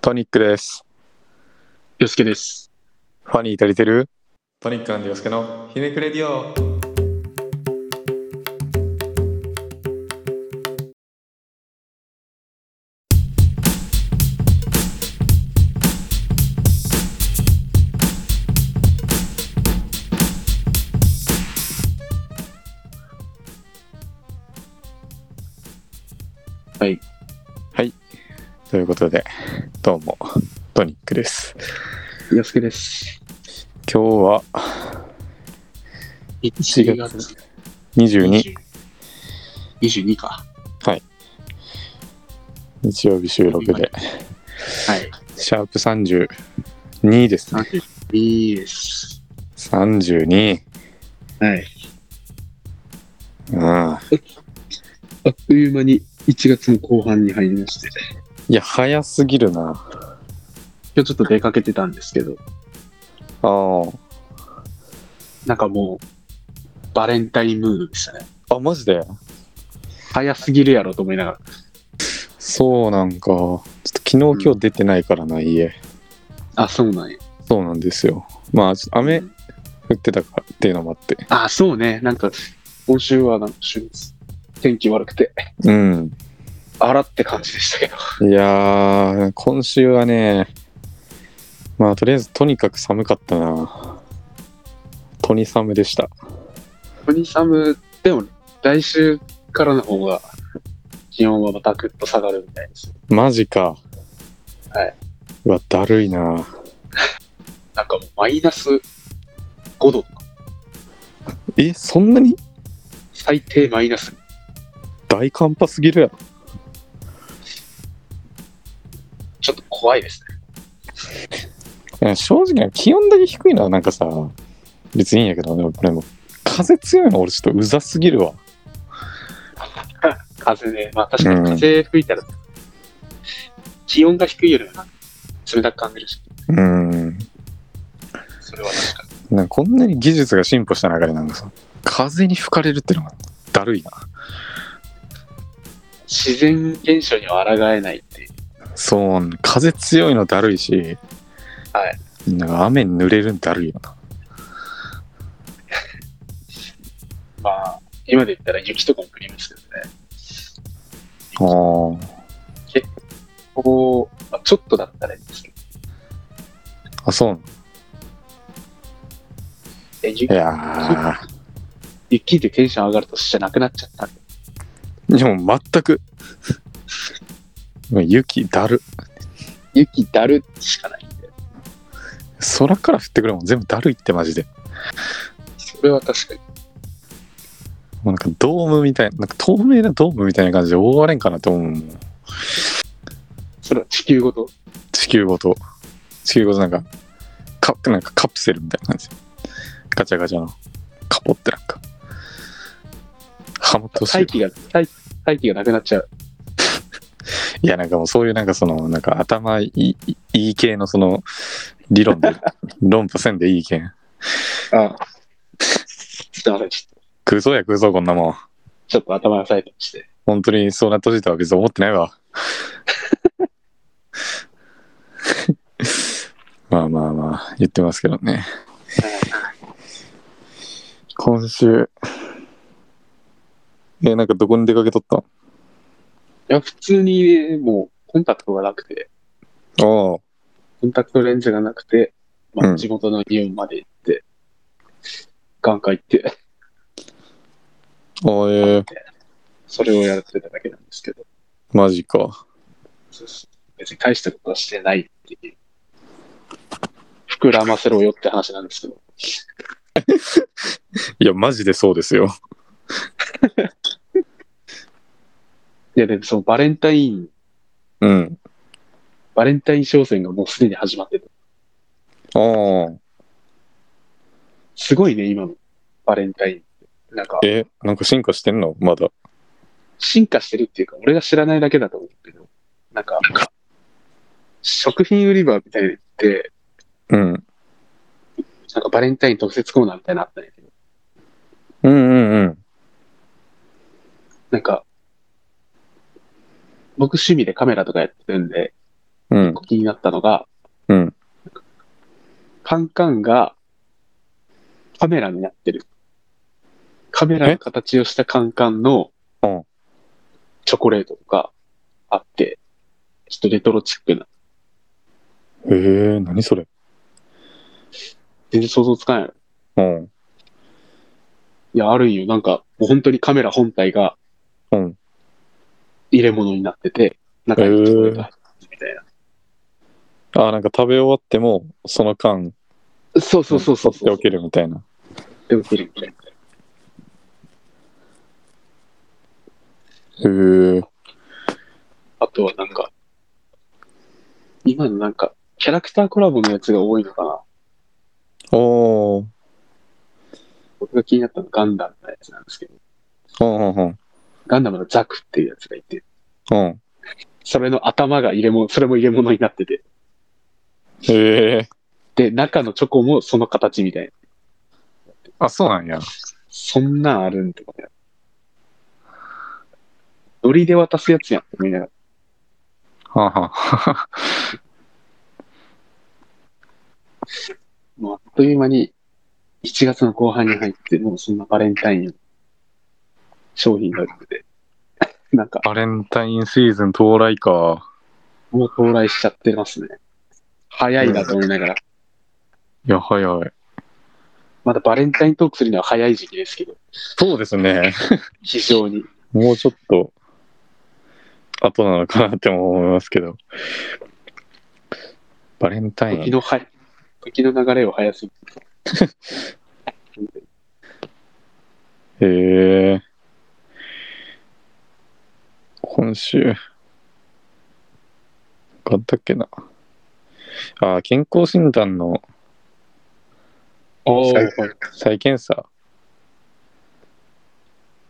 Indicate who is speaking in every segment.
Speaker 1: トニックです。
Speaker 2: よすけです。
Speaker 1: ファニー足りてるトニックなんでよすけのひねくれディオ。
Speaker 2: はい。
Speaker 1: はい。ということで、どうも、トニックです。
Speaker 2: よすけです。
Speaker 1: 今日は
Speaker 2: 1月
Speaker 1: 22
Speaker 2: 22か。
Speaker 1: 日曜日収録で、
Speaker 2: はい。
Speaker 1: シャープ32ですね。
Speaker 2: いいです。
Speaker 1: 32。
Speaker 2: はい。
Speaker 1: うん。
Speaker 2: あっという間に1月の後半に入りまして。
Speaker 1: いや、早すぎるな。
Speaker 2: 今日ちょっと出かけてたんですけど、
Speaker 1: あー
Speaker 2: なんかもう、バレンタインムードでしたね。
Speaker 1: あ、マジで
Speaker 2: 早すぎるやろと思いながら。
Speaker 1: そうなんか。ちょっと昨日今日出てないからな、家。
Speaker 2: あ、そうなんや。
Speaker 1: そうなんですよ。まあ、ちょっと雨降ってたからっていうのもあって。
Speaker 2: あ、そうね。なんか、今週はなんか週末、天気悪くて、
Speaker 1: うん。
Speaker 2: あらって感じでしたけど。
Speaker 1: いやー、今週はね、まあ、とりあえずとにかく寒かったな。とに寒でした。
Speaker 2: 本当に寒、でも来週からの方が、気温はまたぐっと下がるみたいです。
Speaker 1: マジか。
Speaker 2: はいう
Speaker 1: わ、だるいな。
Speaker 2: なんかもうマイナス5度とか、
Speaker 1: え、そんなに
Speaker 2: 最低マイナス。
Speaker 1: 大寒波すぎるやろ。
Speaker 2: ちょっと怖いですね。
Speaker 1: いや正直、気温だけ低いのはなんかさ、別にいいんやけどね、これも。風強いの俺ちょっとうざすぎるわ。
Speaker 2: 風ね。まあ確かに風吹いたら、気温が低いよりはなんか冷たく感じるし、
Speaker 1: うん。
Speaker 2: それは確かに。
Speaker 1: なんかこんなに技術が進歩した中でなんかさ、風に吹かれるってのがだるいな。
Speaker 2: 自然現象には抗えないっていう。
Speaker 1: そう、風強いのだるいし、。
Speaker 2: はい
Speaker 1: なんか雨に濡れるんだるいよな。
Speaker 2: まあ、今で言ったら雪とかも降りますけどね。
Speaker 1: あ
Speaker 2: こう、まあ、ちょっとだったらいいんですけど。
Speaker 1: あ、そう
Speaker 2: え雪
Speaker 1: いや
Speaker 2: 雪でテンション上がる年じゃなくなっちゃったんで。
Speaker 1: ー、でも全く、 もう雪だる。
Speaker 2: 雪だるしかないんで。
Speaker 1: 空から降ってくるもん全部だるいってマジで。
Speaker 2: それは確かに。
Speaker 1: もうなんかドームみたいな、なんか透明なドームみたいな感じで覆われんかなと思うもん。
Speaker 2: それは地球ごと。
Speaker 1: 地球ごと。地球ごとなんか、カなんかカプセルみたいな感じ。ガチャガチャの。カポってなんか。ハマってほしい
Speaker 2: 大。気が、大気大気がなくなっちゃう。
Speaker 1: いや、なんかもうそういうなんかその、なんか頭いいいいい系のその、理論 で、論破せんでいい系。
Speaker 2: ああ。すいません、ちょっと、
Speaker 1: 空想や空想こんなもん。
Speaker 2: ちょっと頭がさえてまして。
Speaker 1: 本当にそうなっとじとは別に思ってないわ。まあまあまあ、言ってますけどね。今週。え、なんかどこに出かけとった
Speaker 2: いや、普通に、もう、コンタクトがなくて、
Speaker 1: ああ。
Speaker 2: コンタクトレンズがなくて、ま
Speaker 1: う
Speaker 2: あ、
Speaker 1: ん
Speaker 2: 地元のイオンまで行って、眼科行って、
Speaker 1: ああえー、
Speaker 2: それをやってただけなんですけど、
Speaker 1: マジか。
Speaker 2: 別に大したことはしてないっていう。膨らませろよって話なんですけど、
Speaker 1: いや、マジでそうですよ。
Speaker 2: いや、でもそのバレンタイン、
Speaker 1: うん。
Speaker 2: バレンタイン商戦がもうすでに始まってて、
Speaker 1: ああ。
Speaker 2: すごいね、今のバレンタインって。なんか、
Speaker 1: え、なんか進化してんのまだ。
Speaker 2: 進化してるっていうか、俺が知らないだけだと思うけど、なんか、食品売り場みたいに行って、
Speaker 1: うん。
Speaker 2: なんかバレンタイン特設コーナーみたいなのあったんやけど、
Speaker 1: うんうんうん。
Speaker 2: なんか、僕趣味でカメラとかやってるんで、
Speaker 1: ううん。
Speaker 2: 気になったのが、
Speaker 1: うん。
Speaker 2: カンカンがカメラになってる。カメラの形をしたカンカンの
Speaker 1: うん
Speaker 2: チョコレートとかあって、ちょっとレトロチックな。
Speaker 1: えー、何それ。
Speaker 2: 全然想像つかない。
Speaker 1: うん。
Speaker 2: いや、あるんよ。なんか、もう本当にカメラ本体が
Speaker 1: うん。
Speaker 2: 入れ物になってて、中にチョコレート入ってるみたいな。
Speaker 1: あ、なんか食べ終わっても、その間、
Speaker 2: そうそうそうそ
Speaker 1: 取っ
Speaker 2: う
Speaker 1: て
Speaker 2: そう。
Speaker 1: おけるみたいな。
Speaker 2: でも切るみたいな。
Speaker 1: へえー。
Speaker 2: あとはなんか、今のなんか、キャラクターコラボのやつが多いのかな
Speaker 1: おー。
Speaker 2: 僕が気になったのはガンダムのやつなんですけど、
Speaker 1: うんうんうん。
Speaker 2: ガンダムのザクっていうやつがいて、
Speaker 1: うん。
Speaker 2: それの頭が入れ物、それも入れ物になってて、
Speaker 1: へえー。
Speaker 2: で、中のチョコもその形みたいな。
Speaker 1: あ、そうなんや。
Speaker 2: そんなんあるんとかね。ノリで渡すやつやんって思いながら。
Speaker 1: はんは
Speaker 2: もうあっという間に、1月の後半に入って、もうそんなバレンタイン商品が売ってて、 なんか、
Speaker 1: ん。バレンタインシーズン到来か。
Speaker 2: もう到来しちゃってますね。早いなと思いながら。
Speaker 1: いや、早い。
Speaker 2: まだバレンタイントークするには早い時期ですけど、
Speaker 1: そうですね。
Speaker 2: 非常に。
Speaker 1: もうちょっと、後なのかなっても思いますけど。バレンタイ
Speaker 2: 時
Speaker 1: ン。
Speaker 2: のは、時の流れを早すぎて。
Speaker 1: へえ。今週、なんかあったっけな。あー、健康診断の
Speaker 2: お
Speaker 1: ー
Speaker 2: ー、
Speaker 1: 再検査。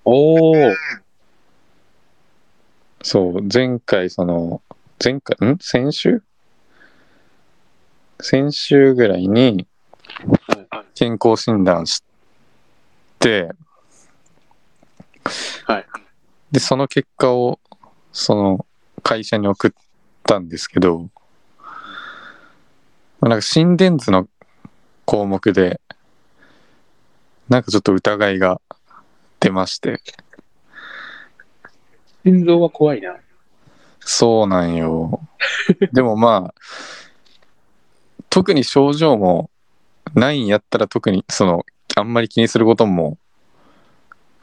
Speaker 2: おー、
Speaker 1: そう、前回、その、前回、ん先週先週ぐらいに
Speaker 2: はい
Speaker 1: 健康診断して、
Speaker 2: はい。
Speaker 1: で、その結果を、その、会社に送ったんですけど、まあなんか心電図の項目で、なんかちょっと疑いが出まして、
Speaker 2: 心臓は怖いな。
Speaker 1: そうなん よ。でもまあ、特に症状もないんやったら特に、その、あんまり気にすることも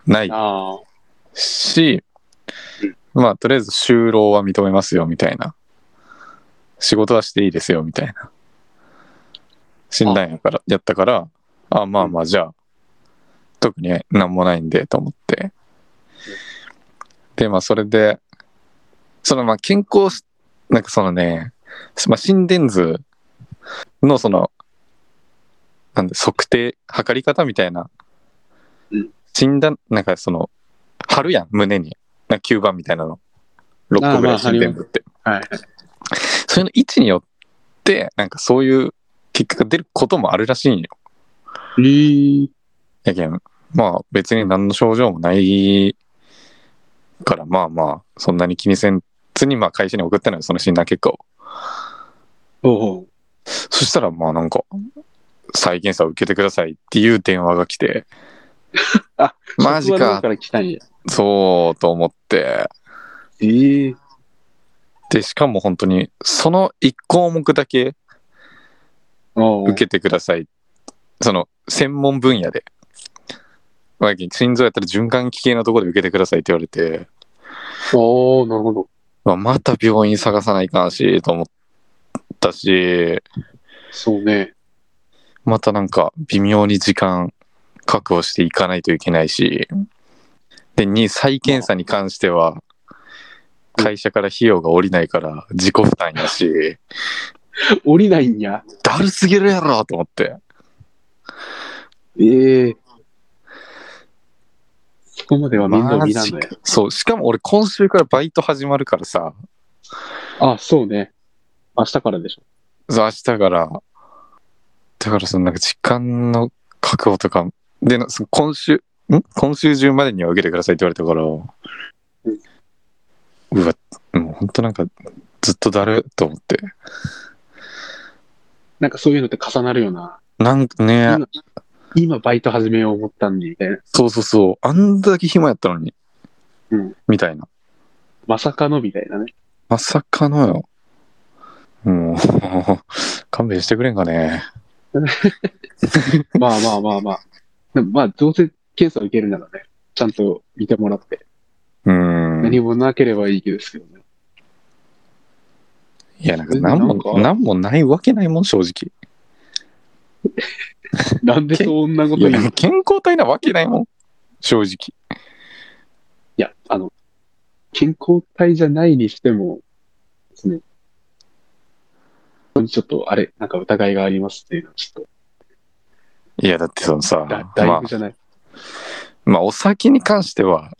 Speaker 1: ない
Speaker 2: あー、
Speaker 1: し
Speaker 2: うん、
Speaker 1: まあ、とりあえず就労は認めますよ、みたいな。仕事はしていいですよ、みたいな。診断やから、やったから、あ、まあまあ、じゃあ、特になんもないんで、と思って。で、まあ、それで、その、まあ、健康し、なんかそのね、まあ、心電図の、その、なんで、測定、測り方みたいな
Speaker 2: うん、
Speaker 1: 診断、なんかその、貼るやん、胸に。なんか吸盤みたいなの。6個ぐらい心電図って。
Speaker 2: はい。
Speaker 1: それの位置によって、なんかそういう結果が出ることもあるらしいんよ。
Speaker 2: えー、
Speaker 1: やけん。まあ別に何の症状もないから、まあまあ、そんなに気にせんつに、まあ会社に送ったのよ、その診断結果を。
Speaker 2: おー、。
Speaker 1: そしたら、まあなんか、再検査を受けてくださいっていう電話が来て
Speaker 2: あ、
Speaker 1: マジ
Speaker 2: 職場の方
Speaker 1: か。
Speaker 2: から来たんや。
Speaker 1: そう、と思って。
Speaker 2: えー、
Speaker 1: で、しかも本当に、その1項目だけ
Speaker 2: おー、
Speaker 1: 受けてください。その、専門分野で。まあ心臓やったら循環器系のところで受けてくださいって言われて、
Speaker 2: おー、なるほど。
Speaker 1: まあ、また病院探さないかんし、と思ったし、
Speaker 2: そうね。
Speaker 1: またなんか微妙に時間確保していかないといけないし、で、に再検査に関しては、会社から費用が下りないから自己負担やし、
Speaker 2: 降りないんや。
Speaker 1: だるすぎるやろと思って。
Speaker 2: えー。そこまではみんな見らん
Speaker 1: マ
Speaker 2: のや
Speaker 1: ジ。かそう、しかも俺今週からバイト始まるからさ、
Speaker 2: あ、そうね。明日からでしょ。
Speaker 1: そう明日から、だからそのなんか時間の確保とか、で、なその今週、ん今週中までには受けてくださいって言われたから、うわ、もう本当なんかずっとだるっと思って。
Speaker 2: なんかそういうのって重なるよな。
Speaker 1: なんかね、
Speaker 2: 今、今バイト始めよう思ったんで、みたいな。
Speaker 1: そうそうそう、あんだけ暇やったのに、
Speaker 2: うん
Speaker 1: みたいな。
Speaker 2: まさかの、みたいなね。
Speaker 1: まさかのよ。もう、勘弁してくれんかね。
Speaker 2: まあまあまあまあ。でもまあ、どうせ検査受けるならね、ちゃんと見てもらって、
Speaker 1: うーん。
Speaker 2: 何もなければいいけどですけどね。
Speaker 1: いや、なんか
Speaker 2: え
Speaker 1: 何
Speaker 2: なん
Speaker 1: も、
Speaker 2: か
Speaker 1: なんもないわけないもん、正直。
Speaker 2: なんでそんなこと
Speaker 1: いや、で
Speaker 2: 言うの
Speaker 1: も
Speaker 2: い
Speaker 1: 健康体なわけないもん、正直。
Speaker 2: や、あの、健康体じゃないにしても、ですね。本当にちょっと、あれ、なんか疑いがありますっていうのは、ちょっ
Speaker 1: いや、だってそのさ
Speaker 2: と、だ、、だ
Speaker 1: ま
Speaker 2: いぶじゃない。
Speaker 1: あ、まあ、お酒に関しては、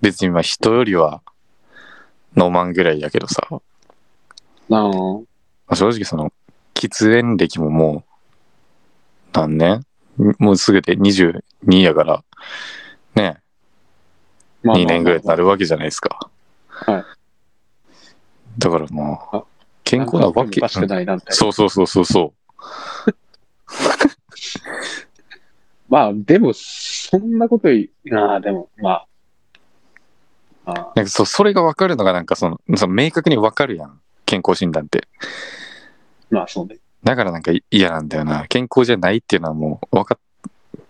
Speaker 1: 別にまあ人よりは飲まんぐらいやけどさ、ま
Speaker 2: なあー
Speaker 1: あ、正直その、喫煙歴ももう、何年もうすぐで22やから、ね、
Speaker 2: まあまあまあ
Speaker 1: 2年ぐらいになるわけじゃないですか。
Speaker 2: はい。
Speaker 1: だからまあ
Speaker 2: あ、
Speaker 1: 健康なわけ。
Speaker 2: おかしくないな、みたいな。
Speaker 1: そうそうそうそうそ
Speaker 2: まあ、でも、そんなことい、ああ、でも、まあ、あ
Speaker 1: う。なんかそう、それが分かるのがなんかその、その明確に分かるやん。健康診断って。
Speaker 2: ーまあ、そうね。
Speaker 1: だからなんかい嫌なんだよな。健康じゃないっていうのはもう分かっ、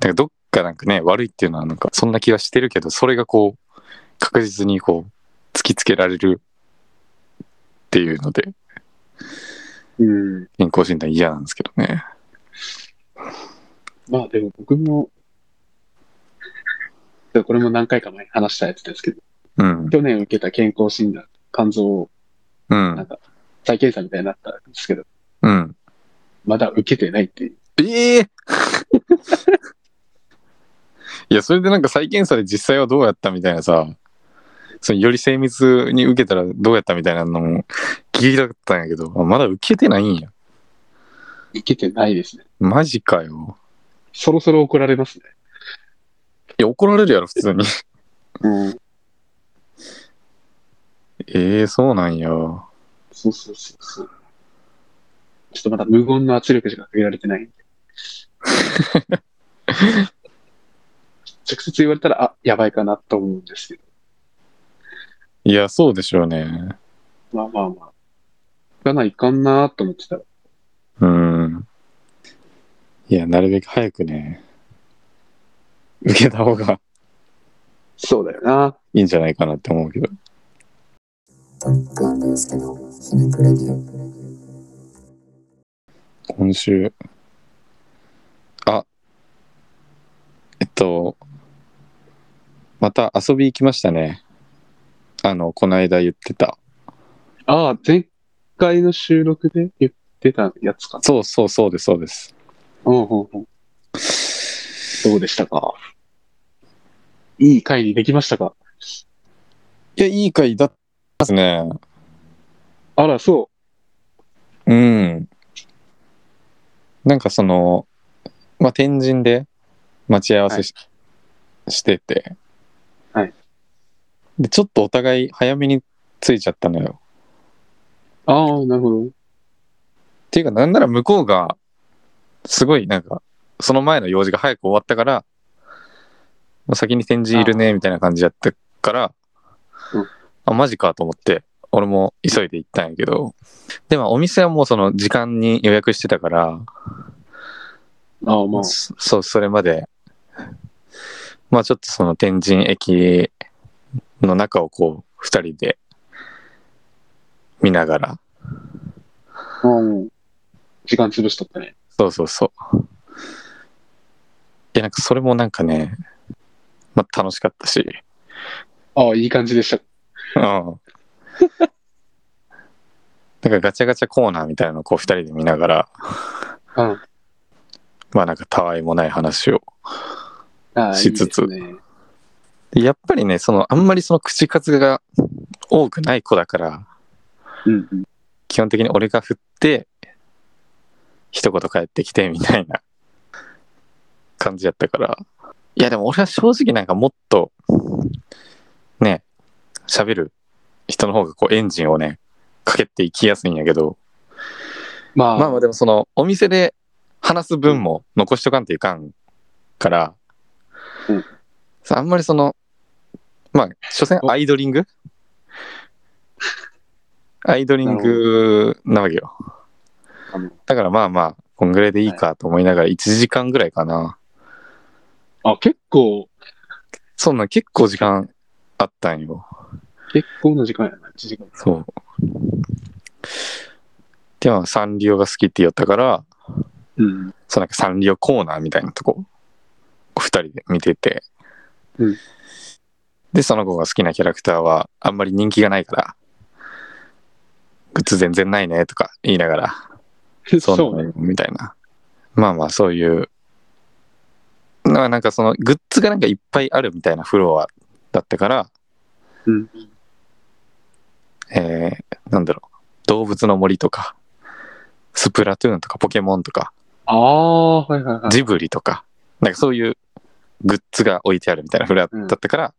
Speaker 1: なんかどっかなんかね、悪いっていうのはなんかそんな気はしてるけど、それがこう、確実にこう、突きつけられるっていうので、
Speaker 2: うん。
Speaker 1: 健康診断嫌なんですけどね。
Speaker 2: まあでも僕も、でこれも何回か前に話したやつですけど、
Speaker 1: うん。
Speaker 2: 去年受けた健康診断、肝臓
Speaker 1: う
Speaker 2: なん
Speaker 1: ん。
Speaker 2: か再検査みたいになったんですけど、
Speaker 1: うん。
Speaker 2: まだ受けてないっていう。
Speaker 1: ええ いや、それでなんか再検査で実際はどうやったみたいなさ、そのより精密に受けたらどうやったみたいなのも聞きたかったんやけど、あまだ受けてないんや。
Speaker 2: 受けてないですね。
Speaker 1: マジかよ。
Speaker 2: そろそろ怒られますね。
Speaker 1: いや、怒られるやろ、普通に。
Speaker 2: うん。
Speaker 1: ええそうなんや。
Speaker 2: そうそうそうそう。ちょっとまだ無言の圧力しかかけられてないんで。直接言われたら、あ、やばいかなと思うんですけど。
Speaker 1: いや、そうでしょうね。
Speaker 2: まあまあまあ。行かないかんなと思ってたら、
Speaker 1: うん。いや、なるべく早くね、受けた方が
Speaker 2: そうだよな。
Speaker 1: いいんじゃないかなって思うけど。
Speaker 3: トニック祐介のひねくれデュ
Speaker 1: 今週、あ、えっと、また遊び行きましたね。あの、この間言ってた。
Speaker 2: ああ、前回の収録で言ってたやつか。
Speaker 1: そうそうそうです、そうです。
Speaker 2: うんうんうん。どうでしたかいい回にできましたか
Speaker 1: いや、いい回だったですね。
Speaker 2: あら、そ
Speaker 1: うん。なんかその、まあ、天神で待ち合わせし,、してて。
Speaker 2: はい。
Speaker 1: で、ちょっとお互い早めに着いちゃったのよ。
Speaker 2: う。ああ、なるほど。
Speaker 1: っていうか、なんなら向こうが、すごいなんか、その前の用事が早く終わったから、もう先に展示いるね、みたいな感じやったから、
Speaker 2: うん
Speaker 1: あ、マジかと思って、俺も急いで行ったんやけど、でもお店はもうその時間に予約してたから、
Speaker 2: ああ、まあ、
Speaker 1: そそう、それまで、まあちょっとその天神駅の中をこう、二人で見ながら、
Speaker 2: うん。時間潰しとったね。
Speaker 1: そうそうそう。いや、なんかそれもなんかね、まあ楽しかったし、
Speaker 2: ああ、いい感じでし
Speaker 1: う
Speaker 2: た。
Speaker 1: ん。 なんかガチャガチャコーナーみたいなのをこう二人で見ながら、
Speaker 2: うん。
Speaker 1: まあなんかたわいもない話を。
Speaker 2: ああ、
Speaker 1: しつつ
Speaker 2: いいですね。
Speaker 1: でやっぱりね、そのあんまりその口数が多くない子だから、
Speaker 2: うんうん。
Speaker 1: 基本的に俺が振って、一言返ってきてみたいな 感じやったから。いやでも俺は正直なんかもっと、ね、喋る人の方がこうエンジンをね、かけていきやすいんやけど、
Speaker 2: まあ、
Speaker 1: まあまあでもそのお店で話す分も残しとかんといかんから、
Speaker 2: うん
Speaker 1: さあんまりそのまあ所詮アイドリングアイドリングなわけよ
Speaker 2: あの
Speaker 1: だからまあまあこんぐらいでいいかと思いながら1時間ぐらいかな
Speaker 2: あ、結構、
Speaker 1: そんなん結構時間あったんよ
Speaker 2: 結構な時間やな、1時間。
Speaker 1: そうでもサンリオが好きって言ったから
Speaker 2: うん。
Speaker 1: そうなんかサンリオコーナーみたいなとこ、二人で見てて、
Speaker 2: うん
Speaker 1: で、その子が好きなキャラクターはあんまり人気がないから、グッズ全然ないねとか言いながら、
Speaker 2: そう
Speaker 1: なの
Speaker 2: ね。
Speaker 1: よみたいな。まあまあ、そういう、まあなんかそのグッズがなんかいっぱいあるみたいなフロアだったから、
Speaker 2: うん
Speaker 1: えー、なんだろう、動物の森とか、スプラトゥーンとかポケモンとか、
Speaker 2: ああ、はいはいはい。
Speaker 1: ジブリとか、なんかそういうグッズが置いてあるみたいなフラだったから、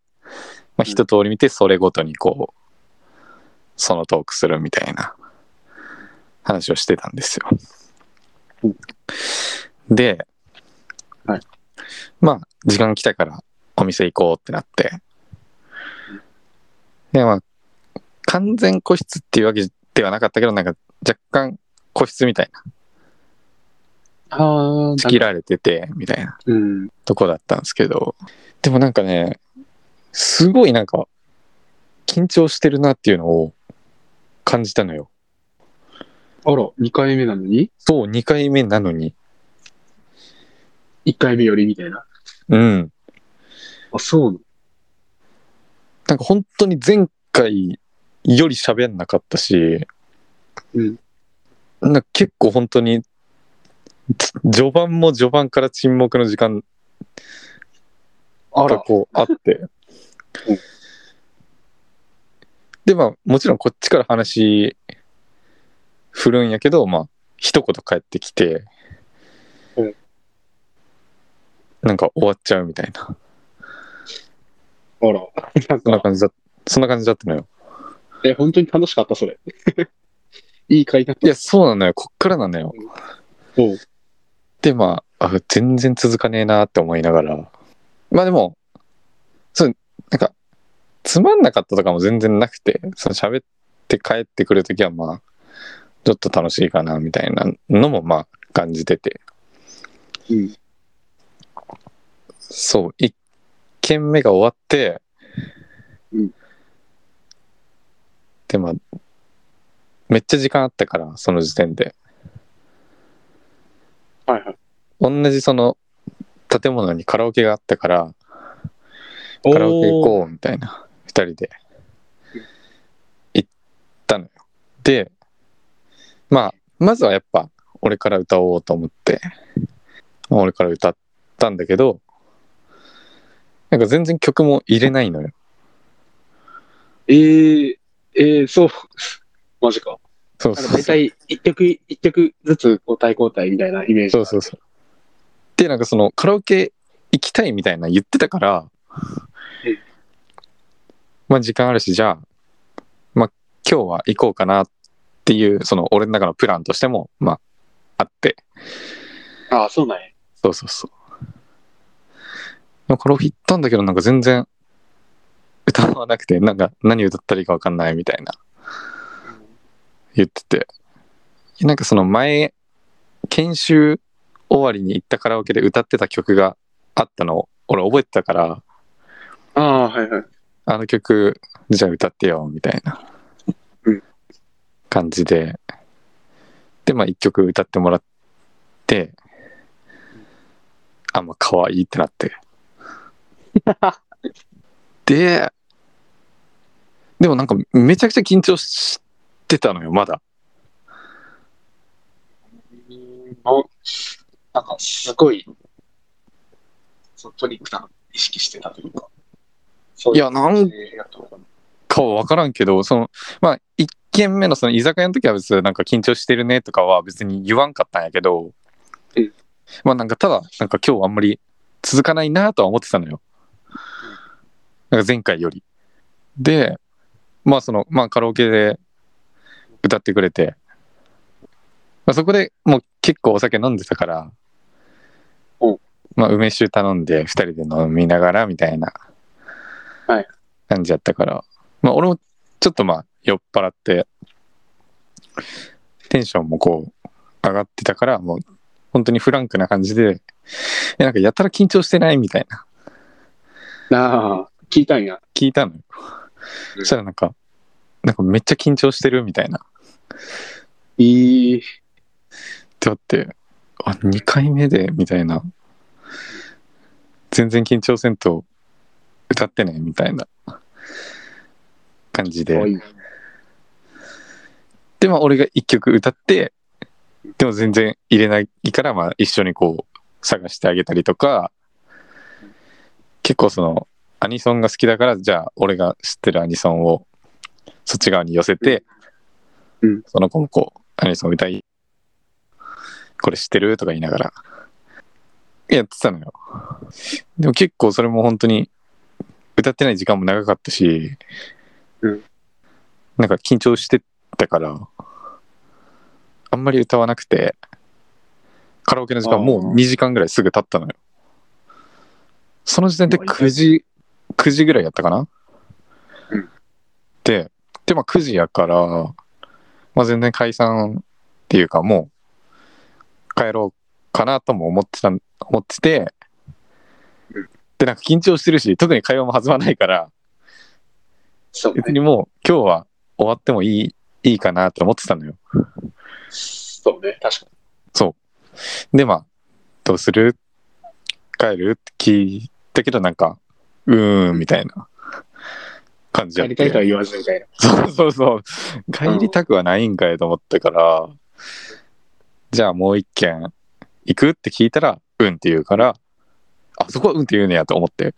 Speaker 1: まあ一通り見て、それごとにこう、そのトークするみたいな話をしてたんですよ。で、
Speaker 2: はい
Speaker 1: まあ、時間来たからお店行こうってなって、で、まあ、完全個室っていうわけではなかったけど、なんか若干個室みたいな、
Speaker 2: ああ、
Speaker 1: 仕切られてて、みたいな。
Speaker 2: うん。
Speaker 1: とこだったんですけどでもなんかねすごいなんか緊張してるなっていうのを感じたのよ
Speaker 2: あら、2回目なのに
Speaker 1: そう2回目なのに
Speaker 2: ?1 回目よりみたいな。
Speaker 1: うん
Speaker 2: あ、そうなの
Speaker 1: なんか本当に前回より喋んなかったし、
Speaker 2: うん
Speaker 1: なんか結構本当につ序盤も序盤から沈黙の時間
Speaker 2: あ
Speaker 1: が
Speaker 2: ら、
Speaker 1: こうあって
Speaker 2: うん
Speaker 1: でまあもちろんこっちから話振るんやけどまあ一言返ってきて、
Speaker 2: うん
Speaker 1: なんか終わっちゃうみたいな
Speaker 2: あら。なん
Speaker 1: そんな
Speaker 2: か、
Speaker 1: 感じだそんな感じだったのよ
Speaker 2: え、本当に楽しかった、それ。 いい回だっ
Speaker 1: いやそうなのよこっからなのよ
Speaker 2: た。おう
Speaker 1: でまああ全然続かねえなって思いながらまあでもそうなんかつまんなかったとかも全然なくてその喋って帰ってくるときはまあちょっと楽しいかなみたいなのもまあ感じてて
Speaker 2: うん。
Speaker 1: そう1軒目が終わって、
Speaker 2: うん
Speaker 1: でまあめっちゃ時間あったからその時点で
Speaker 2: はいはい。
Speaker 1: 同じその建物にカラオケがあったから
Speaker 2: お
Speaker 1: カラオケ行
Speaker 2: う。
Speaker 1: こうみたいな2人で行ったのよでまあまずはやっぱ俺から歌おうと思って、まあ俺から歌ったんだけどなんか全然曲も入れないのよ
Speaker 2: えー、えー、そう。マジか。
Speaker 1: そう
Speaker 2: なん
Speaker 1: そ
Speaker 2: か
Speaker 1: う
Speaker 2: 大
Speaker 1: そう
Speaker 2: 体一曲、一曲ずつ交代交代みたいなイメージ。
Speaker 1: そうそうそうでなんかそのカラオケ行きたいみたいな言ってたから
Speaker 2: え
Speaker 1: まあ時間あるしじゃあまあ今日は行こうかなっていうその俺の中のプランとしてもまああって
Speaker 2: ああ、そうなんや。
Speaker 1: そうそうそうまあカラオケ行ったんだけどなんか全然歌わなくてなんか何歌ったらいいか分かんないみたいな言っててなんかその前研修終わりに行ったカラオケで歌ってた曲があったのを俺覚えてたから
Speaker 2: ああ、はいはい。
Speaker 1: あの曲じゃあ歌ってよみたいな
Speaker 2: うん
Speaker 1: 感じででまあ一曲歌ってもらってあまあ可愛いってなって ででもなんかめちゃくちゃ緊張してたのよまだ
Speaker 2: おなんか、すごい、そうトリックなのを意識してたというか。そう
Speaker 1: いやなん
Speaker 2: やったのかな
Speaker 1: かは分からんけどそのまあ1軒目のその居酒屋の時は別になんか緊張してるねとかは別に言わんかったんやけど
Speaker 2: うん
Speaker 1: まあなんかただなんか今日あんまり続かないなとは思ってたのよなんか前回よりでまあそのまあカラオケで歌ってくれて、まあ、そこでもう結構お酒飲んでたから、
Speaker 2: うん
Speaker 1: まあ、梅酒頼んで2人で飲みながらみたいな
Speaker 2: はい
Speaker 1: 感じやったから、まあ、俺もちょっとまあ酔っ払ってテンションもこう上がってたからもう本当にフランクな感じでえなんかやたら緊張してないみたいな
Speaker 2: なあ、聞いたんや。
Speaker 1: 聞いたのよ。
Speaker 2: うん
Speaker 1: そしたらなんか、なんかめっちゃ緊張してるみたいな。
Speaker 2: いい。
Speaker 1: だって、あ、2回目で、みたいな。全然緊張せんと歌ってね、みたいな感じ
Speaker 2: かわい
Speaker 1: で。
Speaker 2: い。
Speaker 1: で、まあ俺が1曲歌って、でも全然入れないから、まあ一緒にこう探してあげたりとか、結構その、アニソンが好きだから、じゃあ俺が知ってるアニソンをそっち側に寄せて、
Speaker 2: うん
Speaker 1: その子もこう、アニソン歌い、これ知ってるとか言いながら、やってたのよ。でも結構それも本当に、歌ってない時間も長かったし、
Speaker 2: うん
Speaker 1: なんか緊張してたから、あんまり歌わなくて、カラオケの時間もう2時間ぐらいすぐ経ったのよ。その時点で9時、9時ぐらいやったかな、
Speaker 2: うん
Speaker 1: で、で、まあ9時やから、まあ全然解散っていうかもう帰ろうかなとも思ってた、思ってて
Speaker 2: う、
Speaker 1: で、なんか緊張してるし、特に会話も弾まないから、
Speaker 2: そう
Speaker 1: 別
Speaker 2: ね。
Speaker 1: にもう今日は終わってもいい、いいかなと思ってたのよ。
Speaker 2: そうね。確か
Speaker 1: で、まあ、どうする帰るって聞いたけど、なんか、うーん、みたいな感じ
Speaker 2: に。
Speaker 1: や
Speaker 2: や
Speaker 1: っ
Speaker 2: り
Speaker 1: て
Speaker 2: たいとは言わずみたいな。
Speaker 1: そうそうそう。帰りたくはないんかいと思ったから、じゃあもう一軒行くって聞いたら、うんって言うから、あ、そこはうんって言うねやと思って。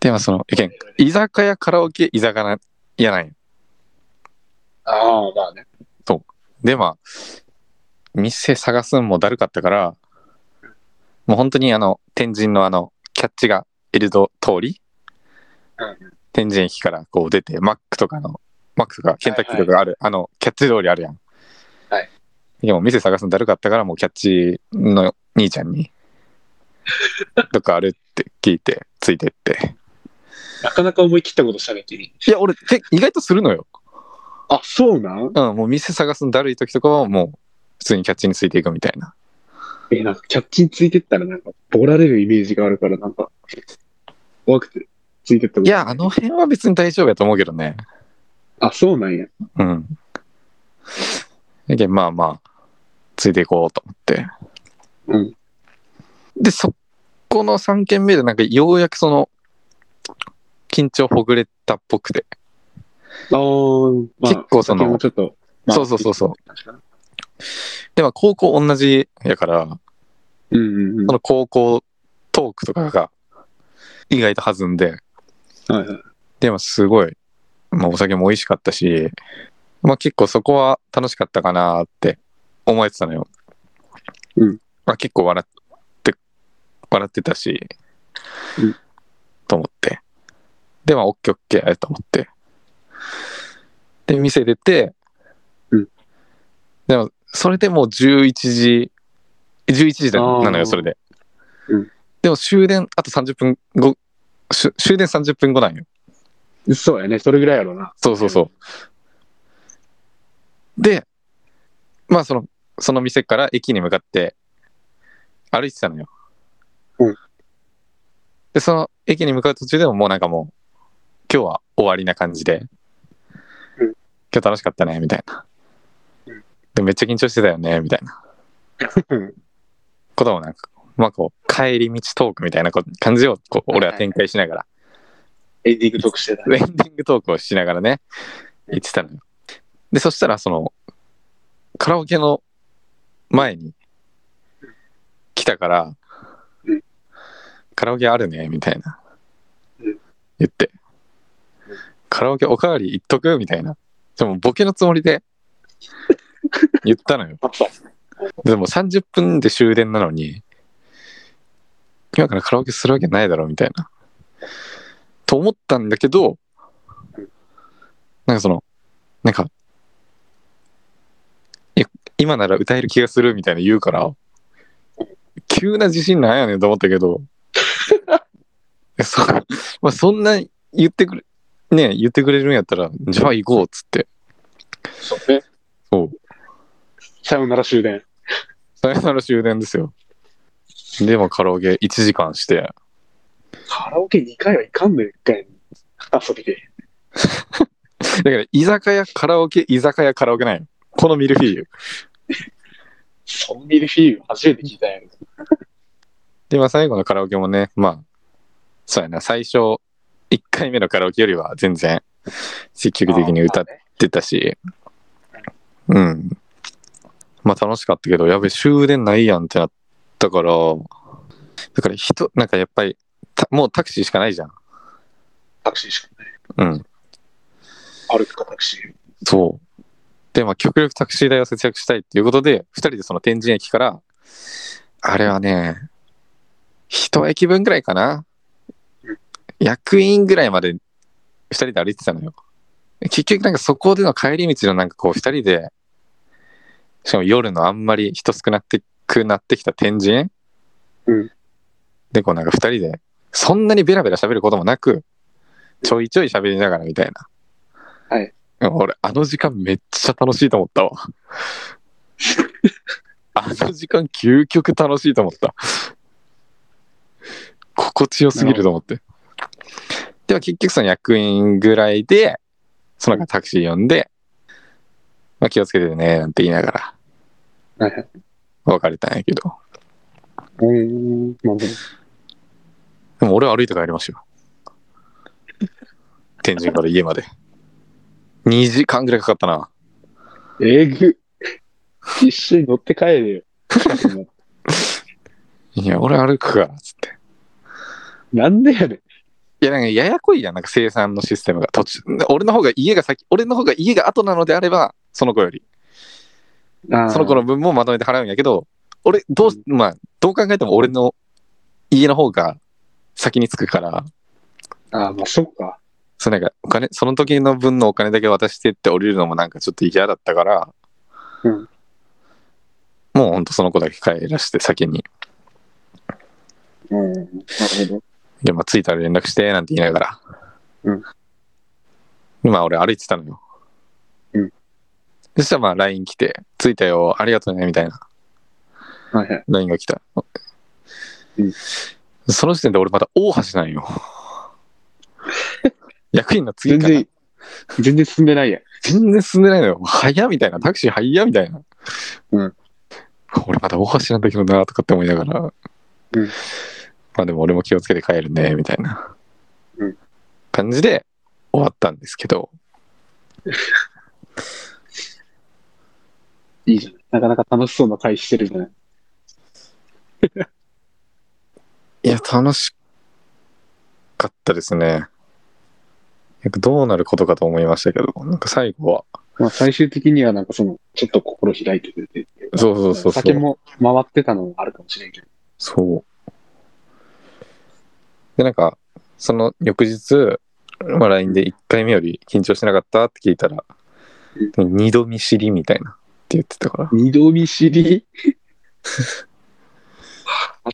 Speaker 1: で、まあその、意見、居酒屋、カラオケ、居酒屋やない。
Speaker 2: ああ、まあね。
Speaker 1: で、まあ、店探すんもだるかったから、もう本当にあの、天神のあの、キャッチがいる通り、
Speaker 2: うん
Speaker 1: 天神駅からこう出て、マックとかの、マックとかケンタッキーとかがある、あの、キャッチ通りあるやん。
Speaker 2: はい。
Speaker 1: でも店探すのだるかったから、もうキャッチの兄ちゃん に、とかあるって聞いて、ついてって。
Speaker 2: なかなか思い切ったことしたね、君。
Speaker 1: いや、俺、け意外とするのよ。
Speaker 2: あ、そうなん
Speaker 1: うん、もう店探すのだるい時とかはもう、普通にキャッチについていくみたいな。
Speaker 2: え、なんか、キャッチについてったらなんか、ボラれるイメージがあるから、なんか、怖くて、ついてったこと
Speaker 1: いや、あの辺は別に大丈夫やと思うけどね。
Speaker 2: あ、そうなんや。
Speaker 1: うん。だけどまあまあ、ついていこうと思って。
Speaker 2: うん。
Speaker 1: で、そこの3軒目で、なんかようやくその、緊張ほぐれたっぽくて。
Speaker 2: あー、まあ、
Speaker 1: 結構その
Speaker 2: お酒もちょっと、まあ
Speaker 1: そうそうそうそう。
Speaker 2: 確かに
Speaker 1: で、まあ高校同じやから、
Speaker 2: うんうんうん。
Speaker 1: その高校トークとかが意外と弾んで、
Speaker 2: はいはい。
Speaker 1: でもすごい、まあ、お酒も美味しかったし、まあ、結構そこは楽しかったかなって思えてたのよ。
Speaker 2: うん
Speaker 1: まあ、結構笑って、笑ってたし、
Speaker 2: うん
Speaker 1: と思って。で、まあ、オッケーオッケーと思って。で、店出て、
Speaker 2: うん
Speaker 1: でも、それでもう11時、11時だなの
Speaker 2: あー
Speaker 1: よ、それで。
Speaker 2: うん
Speaker 1: でも終電、あと30分後、しゅ終電30分後なんよ。
Speaker 2: そうやね、それぐらいやろうな。
Speaker 1: そうそうそう。で、まあその、その店から駅に向かって歩いてたのよ。
Speaker 2: うん
Speaker 1: で、その駅に向かう途中でももうなんかもう、今日は終わりな感じで、
Speaker 2: うん
Speaker 1: 今日楽しかったね、みたいな
Speaker 2: うん。
Speaker 1: で、めっちゃ緊張してたよね、みたいな
Speaker 2: うん。
Speaker 1: こともなんか、まあこう、帰り道トークみたいなこ感じを、こう、俺は展開しながら
Speaker 2: エンディングトークしてた。
Speaker 1: エンディングトークをしながらね、言ってたのよ。で、そしたら、その、カラオケの前に来たから
Speaker 2: うん、
Speaker 1: カラオケあるね、みたいな
Speaker 2: うん。
Speaker 1: 言って
Speaker 2: うん、
Speaker 1: カラオケおかわり行っとくみたいな。でも、ボケのつもりで言ったのよ。
Speaker 2: あ、そう。
Speaker 1: でも30分で終電なのに、今からカラオケするわけないだろうみたいな。と思ったんだけど、なんかその、なんか、いや今なら歌える気がするみたいな言うから、急な自信なんやねんと思ったけど、 いやそ,、まあ、そんな言ってくれ、ね、言ってくれるんやったら、じゃあ行こうっつって。
Speaker 2: そうね。
Speaker 1: そう。
Speaker 2: さよなら終電。
Speaker 1: さよなら終電ですよ。で、まあカラオケ1時間して、
Speaker 2: カラオケ2回はいかんのよ、1回。遊びで。
Speaker 1: だから居酒屋、カラオケ、居酒屋、カラオケない。このミルフィーユ。
Speaker 2: ソンビルフィーユ初めて聞いたんやろ。
Speaker 1: で、まあ最後のカラオケもね、まあ、そうやな、最初、1回目のカラオケよりは全然積極的に歌っ
Speaker 2: あ
Speaker 1: てたし、うん。まあ楽しかったけど、やべ、終電ないやんってなったから、だから人、なんかやっぱり、たもうタクシーしかないじゃん。
Speaker 2: タクシーしかない。
Speaker 1: うん。
Speaker 2: 歩くかタクシー。
Speaker 1: そう。で、まあ極力タクシー代を節約したいっていうことで、2人でその天神駅から、あれはね、一駅分ぐらいかな
Speaker 2: うん。
Speaker 1: 役員ぐらいまで2人で歩いてたのよ。結局なんかそこでの帰り道のなんかこう2人で、しかも夜のあんまり人少なってくなってきた天神
Speaker 2: うん
Speaker 1: で、こうなんか2人で、そんなにベラベラ喋ることもなく、ちょいちょい喋りながらみたいな。
Speaker 2: はい。
Speaker 1: 俺、あの時間めっちゃ楽しいと思 ったわ。あの時間究極楽しいと思った。心地よすぎると思って。では結局その役員ぐらいで、その中タクシー呼んで、まあ、気をつけてね、なんて言いながら
Speaker 2: はいはい。
Speaker 1: 別れたんやけど。
Speaker 2: うーん、なんで
Speaker 1: でも俺は歩いて帰りましたよ。天神から家まで。2時間ぐらいかかったな。
Speaker 2: えぐ。一緒に乗って帰 れよ。
Speaker 1: いや、俺歩くから、つって。
Speaker 2: なんでやねん。
Speaker 1: いや、なんかややこいやん、なんか生産のシステムが。途中、俺の方が家が先、俺の方が家が後なのであれば、その子より。
Speaker 2: あー
Speaker 1: その子の分もまとめて払うんやけど、俺、どうし、まあ、どう考えても俺の家の方が先に着くから、
Speaker 2: あーまあ、そっか。
Speaker 1: そうなんか、お金、その時の分のお金だけ渡してって降りるのもなんかちょっと嫌だったから、
Speaker 2: うん
Speaker 1: もうほんとその子だけ帰らして先に。
Speaker 2: うん。なるほど。
Speaker 1: で、まあ、着いたら連絡して、なんて言いながら。
Speaker 2: うん。
Speaker 1: 今、俺歩いてたのよ。
Speaker 2: うん。
Speaker 1: そしたら、まあ、LINE 来て、着いたよ、ありがとうね、みたいな。
Speaker 2: はいはい。
Speaker 1: LINE が来た。
Speaker 2: うん
Speaker 1: その時点で俺また大橋なん よ。役員の次
Speaker 2: 全
Speaker 1: から
Speaker 2: 然、全然進んでないやん。
Speaker 1: 全然進んでないのよ。早っみたいな。タクシー早っみたいな。
Speaker 2: うん。。
Speaker 1: 俺まだ大橋なんだけどな、とかって思いながら。うんまあでも俺も気をつけて帰るね、みたいな。
Speaker 2: うん。
Speaker 1: 感じで終わったんですけど。
Speaker 2: いいじゃん。なかなか楽しそうな会してるじゃない。
Speaker 1: いや、楽しかったですね。なんかどうなることかと思いましたけど、なんか最後は、
Speaker 2: まあ、最終的にはなんかその、ちょっと心開いてくれてっていうか
Speaker 1: そうそうそうそう
Speaker 2: 酒も回ってたのもあるかもしれんけど。
Speaker 1: そう。で、なんか、その翌日、まあ、LINE で1回目より緊張しなかったって聞いたら、二度見知りみたいなって言ってたから、
Speaker 2: 二度見知 り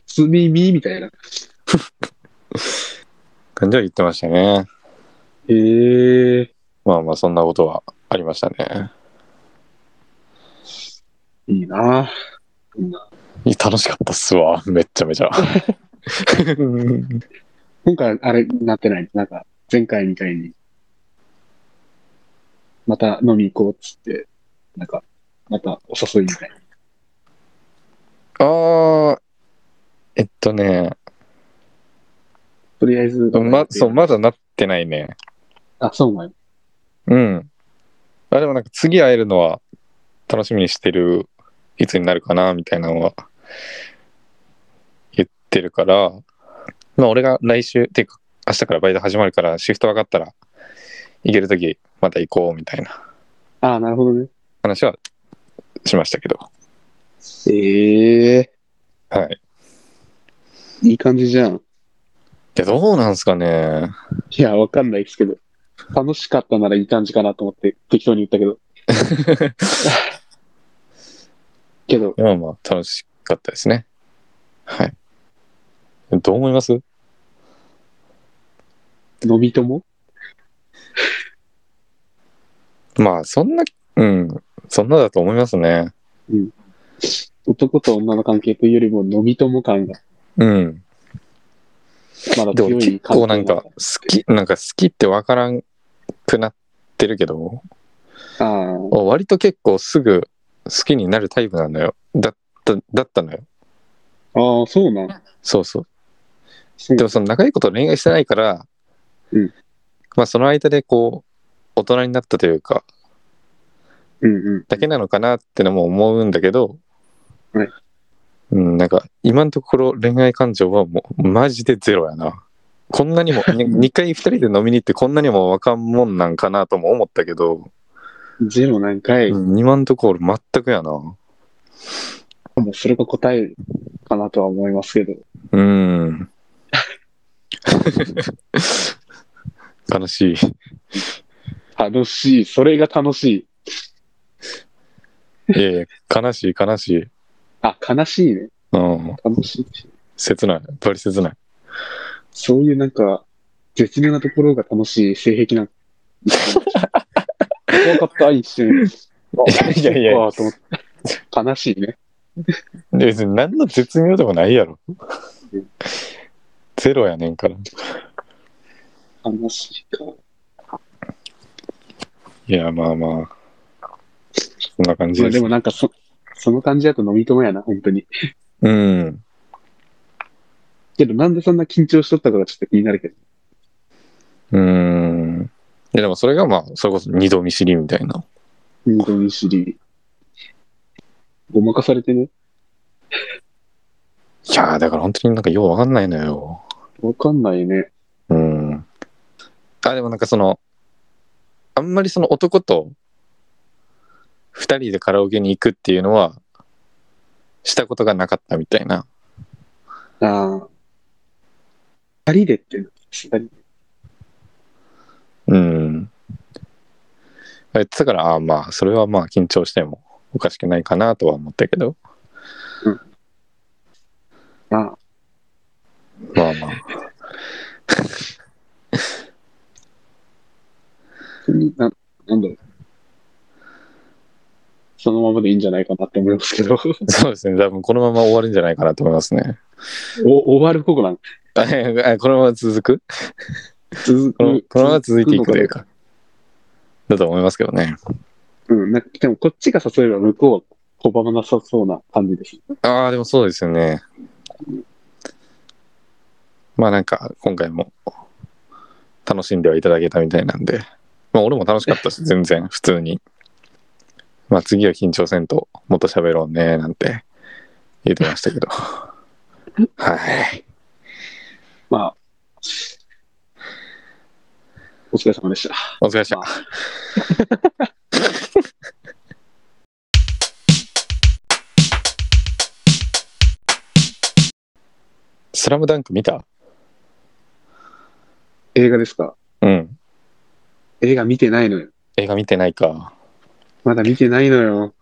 Speaker 2: 初耳みたいな。
Speaker 1: 感じは言ってましたね。
Speaker 2: へえ。
Speaker 1: まあまあ、そんなことはありましたね。
Speaker 2: いいなあこんない
Speaker 1: や楽しかったっすわ、めっちゃめちゃ。
Speaker 2: 今回、あれ、なってない。なんか、前回みたいに、また飲み行こうっつって、なんか、またお誘いみたいな。
Speaker 1: あー、えっとね、
Speaker 2: とりあえず、
Speaker 1: ま、そう、まだなってないね。
Speaker 2: あ、そうなんや
Speaker 1: うん。あ、でもなんか次会えるのは楽しみにしてる、いつになるかな、みたいなのは言ってるから、まあ俺が来週、てか明日からバイト始まるからシフト分かったら行けるときまた行こうみたいな
Speaker 2: ああ、なるほどね。
Speaker 1: 話はしましたけど。
Speaker 2: ええ
Speaker 1: はい。
Speaker 2: いい感じじゃん。
Speaker 1: いや、どうなんすかね。
Speaker 2: いや、わかんないですけど。楽しかったならいい感じかなと思って適当に言ったけど。 けど、
Speaker 1: まあまあ、楽しかったですね。はい。どう思います
Speaker 2: 飲み友
Speaker 1: まあ、そんな、うん、そんなだと思いますね。
Speaker 2: 男と女の関係というよりも飲み友感が
Speaker 1: うん。
Speaker 2: まだ
Speaker 1: でも
Speaker 2: 強
Speaker 1: 結
Speaker 2: い
Speaker 1: 構なん
Speaker 2: だ
Speaker 1: か、好き、なんか好きってわからんくなってるけど、
Speaker 2: ああ、
Speaker 1: 割と結構すぐ好きになるタイプなのよ。だった、だったのよ。
Speaker 2: ああ、そうなん。
Speaker 1: そうそう。
Speaker 2: そう
Speaker 1: でもその長いこと恋愛してないから、
Speaker 2: うん
Speaker 1: まあその間でこう、大人になったというか、
Speaker 2: うんうん。
Speaker 1: だけなのかなってのも思うんだけど、
Speaker 2: はい
Speaker 1: うん、なんか今のところ恋愛感情はもうマジでゼロやな。こんな にも、2回2人で飲みに行ってこんなにもわかんもんなんかなとも思ったけど、
Speaker 2: ゼロ何回、
Speaker 1: うん今のところ全くやな。
Speaker 2: もうそれが答えかなとは思いますけど。
Speaker 1: うん。 悲しい。
Speaker 2: 楽しい。それが楽しい。
Speaker 1: いやいや、悲しい悲しい。
Speaker 2: あ、悲しいね。
Speaker 1: うん。
Speaker 2: 楽しい。
Speaker 1: 切ない。やっぱり切ない。
Speaker 2: そういうなんか、絶妙なところが楽しい性癖なんか。怖かった、愛して る。
Speaker 1: いやいやいや
Speaker 2: ああと思って悲しいね。
Speaker 1: で別に何の絶妙でもないやろ
Speaker 2: うん。
Speaker 1: ゼロやねんから。い
Speaker 2: 悲しいか。
Speaker 1: や、まあまあ。そんな感じ
Speaker 2: まあ
Speaker 1: で。
Speaker 2: ですもなんかそ、その感じだと飲み友やな、本当に。
Speaker 1: うん。
Speaker 2: けどなんでそんな緊張しとったかがちょっと気になるけど。
Speaker 1: うん。いや、でもそれがまあ、それこそ二度見知りみたいな。
Speaker 2: 本当に知り。ごまかされてね。
Speaker 1: いやー、だから本当になんかようわかんないのよ。
Speaker 2: わかんないね。
Speaker 1: うん。あ、でもなんかその、あんまりその男と二人でカラオケに行くっていうのは、したことがなかったみたいな。
Speaker 2: ああ。二人でっていうの二人
Speaker 1: うん。言ってたから、ああまあ、それはまあ緊張してもおかしくないかなとは思ったけど、
Speaker 2: ああ。
Speaker 1: まあまあ。
Speaker 2: 本当にな、なんだろう。そのままでいいんじゃないかなって思いま すけど。
Speaker 1: そうですね、多分このまま終わるんじゃないかなと思いますね。
Speaker 2: お、終わることなん
Speaker 1: あえこのまま続く
Speaker 2: 続
Speaker 1: この
Speaker 2: く。
Speaker 1: このまま続いていくという
Speaker 2: 続
Speaker 1: か、だと思いますけどね。
Speaker 2: くのか。うん。なんか、でもこっちが誘えば向こうは拒まなさそうな感じです。
Speaker 1: ああ、でもそうですよね。まあなんか、今回も楽しんではいただけたみたいなんで、まあ俺も楽しかったし、全然、普通に。まあ次は緊張せんと、もっと喋ろうね、なんて言ってましたけど。はい。
Speaker 2: まあ。お疲れ様でした。
Speaker 1: お疲れ様でした。 スラムダンク見た
Speaker 2: 映画ですか
Speaker 1: うん。
Speaker 2: 映画見てないのよ。
Speaker 1: 映画見てないか。
Speaker 2: まだ見てないのよ。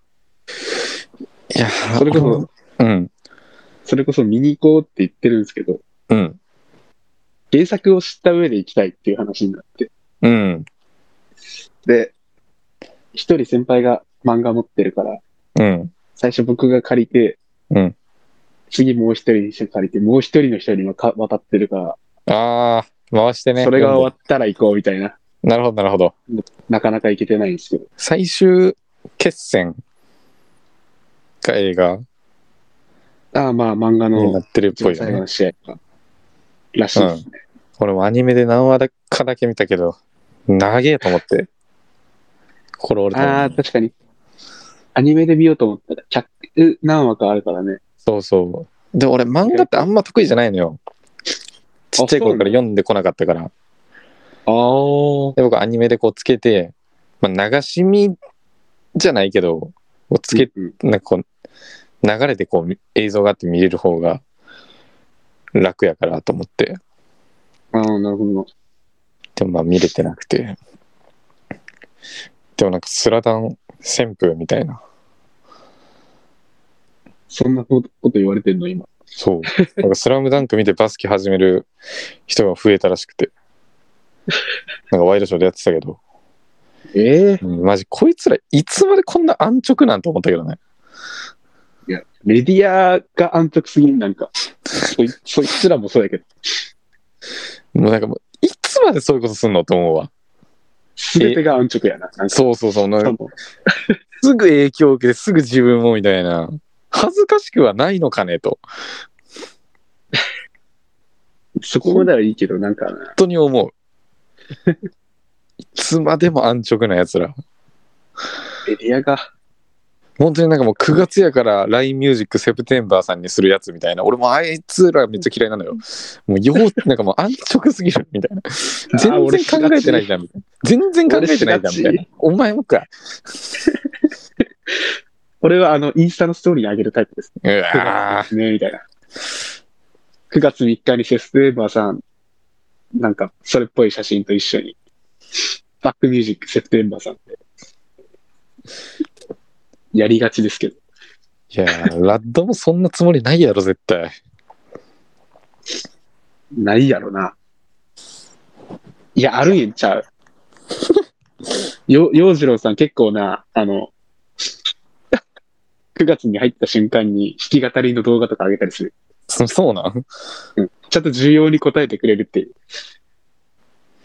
Speaker 1: いや、
Speaker 2: それこそ、
Speaker 1: うん。
Speaker 2: それこそ見に行こうって言ってるんですけど、
Speaker 1: うん。
Speaker 2: 原作を知った上で行きたいっていう話になって。
Speaker 1: うん。
Speaker 2: で、一人先輩が漫画持ってるから、
Speaker 1: うん。
Speaker 2: 最初僕が借りて、
Speaker 1: うん
Speaker 2: 次もう一人にして借りて、もう一人の人にもか渡ってるから、
Speaker 1: ああ、回してね。
Speaker 2: それが終わ
Speaker 1: 読ん
Speaker 2: ったら行こうみたいな。
Speaker 1: でなるほど、なるほど。
Speaker 2: なかなか行けてないんですけど。
Speaker 1: 最終決戦が映画に
Speaker 2: ああ、まあ漫画
Speaker 1: な
Speaker 2: の
Speaker 1: ってるっ
Speaker 2: 一
Speaker 1: ぽ
Speaker 2: 番
Speaker 1: いよ
Speaker 2: 最後
Speaker 1: ね
Speaker 2: の。試合か。らしいですね。
Speaker 1: 俺もアニメで何話だかだけ見たけど、長えと思って。心折れ
Speaker 2: あ
Speaker 1: た
Speaker 2: あ、
Speaker 1: もん。
Speaker 2: 確かに。アニメで見ようと思ったら、100何話かあるからね。
Speaker 1: そうそう。で、俺漫画ってあんま得意じゃないのよ。ちっちゃい頃から読んでこなかったから。
Speaker 2: ああ。
Speaker 1: で、僕アニメでこうつけて、まあ、流し見じゃないけど、こうつけ
Speaker 2: うん
Speaker 1: なんかこう、流れてこうみ映像があって見れる方が楽やからと思って。
Speaker 2: ああ、なるほど。
Speaker 1: でもまあ見れてなくて。でもなんかスラダン旋風みたいな。
Speaker 2: そんなこと言われてんの、今。
Speaker 1: そう。なんかスラムダンク見てバスケ始める人が増えたらしくて。なんかワイドショーでやってたけど。
Speaker 2: ええ
Speaker 1: うん、マジこいつらいつまでこんな安直なんと思ったけどね。
Speaker 2: いや、メディアが安直すぎん、なんか。そいそいつらもそうやけど。
Speaker 1: もうなんかもういつまでそういうことすんのと思うわ。
Speaker 2: すべてが安直やな。なんか
Speaker 1: そうそうそう。なん
Speaker 2: 多
Speaker 1: か
Speaker 2: 分
Speaker 1: すぐ影響を受けてすぐ自分もみたいな。恥ずかしくはないのかねと。
Speaker 2: そこまではいいけど、なんかな、
Speaker 1: 本当に思 う。いつまでも安直なやつら。
Speaker 2: メディアが、
Speaker 1: 本当になんかもう9月やから LINE ミュージックセプテンバーさんにするやつみたいな。俺もあいつらめっちゃ嫌いなのよ。もうよう、なんかもう安直すぎるみたいな。全
Speaker 2: 俺
Speaker 1: 然考えてないじゃんみたいな。全然考えてないじゃんみたい
Speaker 2: 俺し
Speaker 1: な。お前もか。
Speaker 2: 俺はあの、インスタのストーリーに上げるタイプです。
Speaker 1: う
Speaker 2: 9
Speaker 1: わ
Speaker 2: 月
Speaker 1: ー
Speaker 2: ですね、みたいな。9月3日にセステーバーさん、なんか、それっぽい写真と一緒に、バックミュージックセプテンバーさんで、やりがちですけど。
Speaker 1: いやー、ラッドもそんなつもりないやろ、絶対。
Speaker 2: ないやろな。いや、あるんやんちゃう。 よ、洋次郎さん結構な、あの、9月に入った瞬間に弾き語りの動画とか上げたりする。
Speaker 1: そそうなん
Speaker 2: ちゃんと重要に答えてくれるっていう。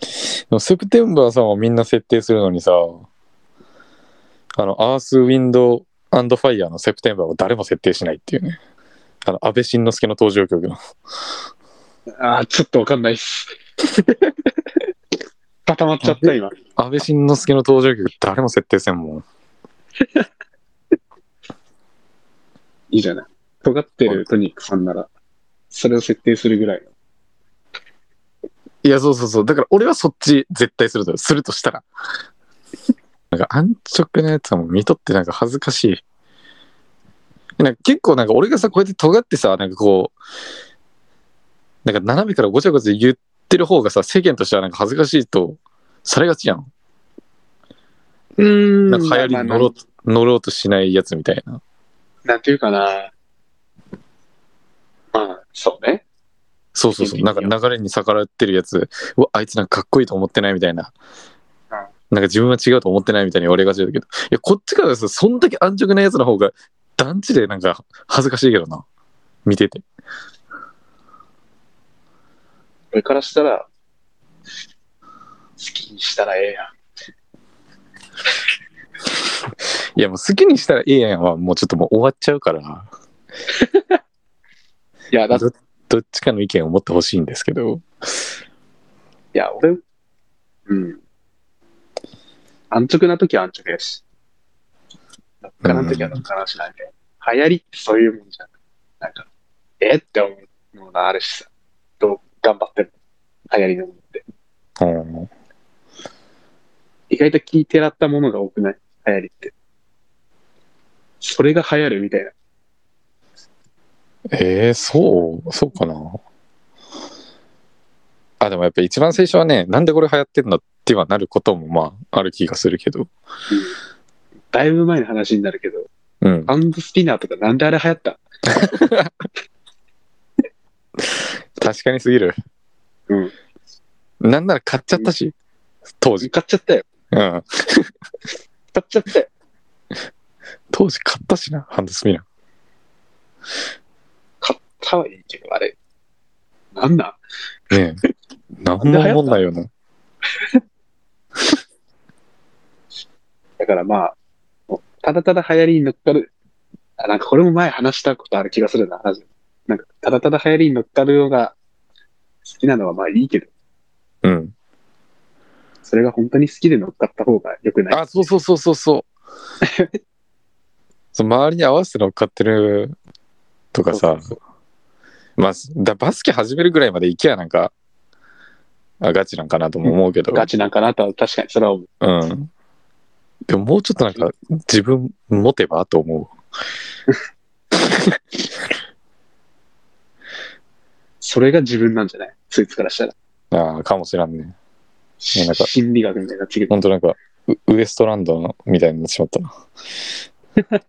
Speaker 1: でもセプテンバーさんはみんな設定するのにさ、あの、アース、ウィンド、アンドファイヤーのセプテンバーを誰も設定しないっていうね。あの、安倍晋之助の登場曲の。
Speaker 2: ああ、ちょっとわかんないっす。 固まっちゃった今。
Speaker 1: 安倍晋之助の登場曲誰も設定せんもん。
Speaker 2: いいじゃない。尖ってるトニックさんなら、それを設定するぐらいの。
Speaker 1: いや、そうそうそう。だから俺はそっち絶対すると、するとしたら。なんか安直なやつはもう見とってなんか恥ずかしい。なんか結構なんか俺がさ、こうやって尖ってさ、なんかこう、なんか斜めからごちゃごちゃ言ってる方がさ、世間としてはなんか恥ずかしいとされがちやん。
Speaker 2: うん
Speaker 1: なんか流行りに乗ろうと乗ろうとしないやつみたいな。
Speaker 2: なんていうかな。まあ、そうね。
Speaker 1: そうそうそう。
Speaker 2: 意見
Speaker 1: なん
Speaker 2: 的には
Speaker 1: か流れに逆らってるやつ、うわ、あいつなんかかっこいいと思ってないみたいな
Speaker 2: うん。
Speaker 1: なんか自分は違うと思ってないみたいに言われがちだけど、いや、こっちからさ、そんだけ安直なやつの方が、団地でなんか恥ずかしいけどな。見てて。
Speaker 2: 俺からしたら、好きにしたらええやん。
Speaker 1: いや、もう好きにしたらいいやんは、もうちょっともう終わっちゃうから、
Speaker 2: いや、だって、
Speaker 1: どどっちかの意見を持ってほしいんですけど、
Speaker 2: いや、俺、うん。安直な時は安直やし。どっかな時はどっかなしなんで。流行りってそういうもんじゃん。なんか、えって思うのがあるしさ。どう頑張っても、流行りのものって。
Speaker 1: うん、
Speaker 2: 意外と聞いてらったものが多くない流行りって。それが流行るみたいな。
Speaker 1: えー、そう、そうかな。あ、でもやっぱ一番最初はね、なんでこれ流行ってんだってはなることもまあ、ある気がするけど、
Speaker 2: だいぶ前の話になるけど、
Speaker 1: うん。
Speaker 2: ハンドスピナーとかなんであれ流行った
Speaker 1: 確かにすぎる。
Speaker 2: うん。
Speaker 1: なんなら買っちゃったし、当時。
Speaker 2: 買っちゃったよ。
Speaker 1: うん。
Speaker 2: 買っちゃったよ。
Speaker 1: 当時買ったしな、ハンドスピナー。
Speaker 2: 買ったはいいけど、あれ。なんなん
Speaker 1: ねえ。 なんも思んないよな。
Speaker 2: だからまあ、もうただただ流行りに乗っかる。あ、なんかこれも前話したことある気がするな。話なんか、ただただ流行りに乗っかるのが好きなのはまあいいけど、
Speaker 1: うん。
Speaker 2: それが本当に好きで乗っかった方が良くない。
Speaker 1: あ、そうそうそうそう そう。そう周りに合わせて乗っかってるとか
Speaker 2: そ
Speaker 1: さ
Speaker 2: う、そうそう
Speaker 1: まあ、だバスケ始めるぐらいまで行きゃなんか、あガチなんかなとも思うけど、
Speaker 2: ガチなんかなとは確かにそれは思う。
Speaker 1: うん。でももうちょっとなんか自分持てばと思う。
Speaker 2: それが自分なんじゃないスイーツからしたら。
Speaker 1: ああ、かもしらんね。やなんか
Speaker 2: 心理学みたいになってく
Speaker 1: ほ
Speaker 2: る。
Speaker 1: んとなんか、ウウエストランドのみたいになってしまったな。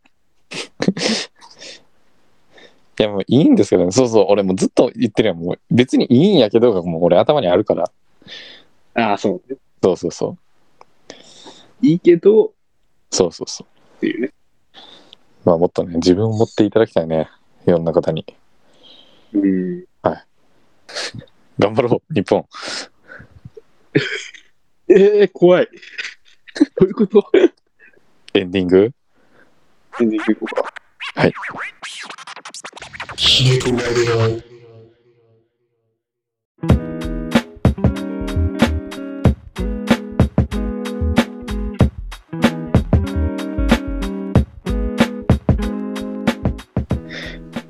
Speaker 1: いやもういいんですけどね。そうそう。俺もうずっと言ってるやん。もう別にいいんやけどがもう俺頭にあるから。
Speaker 2: ああ、そうね。
Speaker 1: そうそうそう。
Speaker 2: いいけど、っ
Speaker 1: そうそうそう。
Speaker 2: ていうね。
Speaker 1: まあもっとね、自分を持っていただきたいね。いろんな方に。
Speaker 2: うん。
Speaker 1: 頑張ろう、日本。
Speaker 2: ええ怖い。 どういうこと
Speaker 1: エンディング
Speaker 2: 全然行こうか。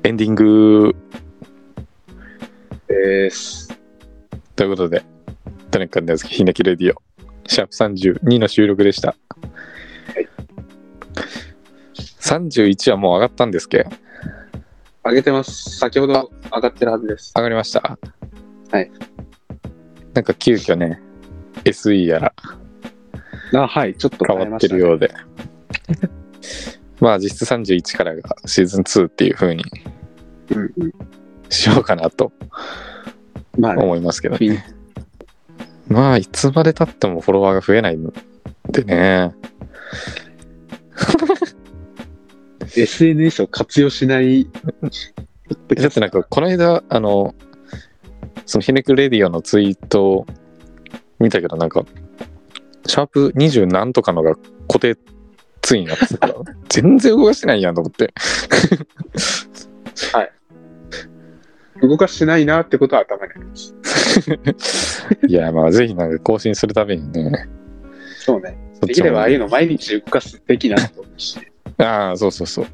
Speaker 1: エンディング
Speaker 2: えーす。
Speaker 1: ということで、とにかくですひねきレディオ、シャープ32の収録でした。
Speaker 2: い
Speaker 1: 31はもう上がったんですけ
Speaker 2: 上げてます。先ほど上がってるはずです。
Speaker 1: 上がりました
Speaker 2: はい。
Speaker 1: なんか急遽ね、SE やら
Speaker 2: あ、はい。ちょっと
Speaker 1: 変
Speaker 2: 変え
Speaker 1: わ
Speaker 2: ま
Speaker 1: って
Speaker 2: した
Speaker 1: る
Speaker 2: ね
Speaker 1: ようで。 まあ実質31からがシーズン2っていう風に
Speaker 2: うんうん。
Speaker 1: しようかなと
Speaker 2: まあね、
Speaker 1: 思いますけどね、
Speaker 2: ピン
Speaker 1: まあいつまでたってもフォロワーが増えないんでね。
Speaker 2: SNS を活用しない。
Speaker 1: だってなんか、この間、あの、そのひねくレディオのツイートを見たけど、なんか、シャープ20何とかのが固定ツインやってた から、全然動かしてないやんと思って。
Speaker 2: 動かしてないなってことは頭にあります。
Speaker 1: いや、まあ、ぜひなんか更新するたびにね。
Speaker 2: そうね。
Speaker 1: そっ ち
Speaker 2: でき
Speaker 1: も
Speaker 2: ればああいうの毎日動かすべきなと思うし、
Speaker 1: ああ、そうそうそう。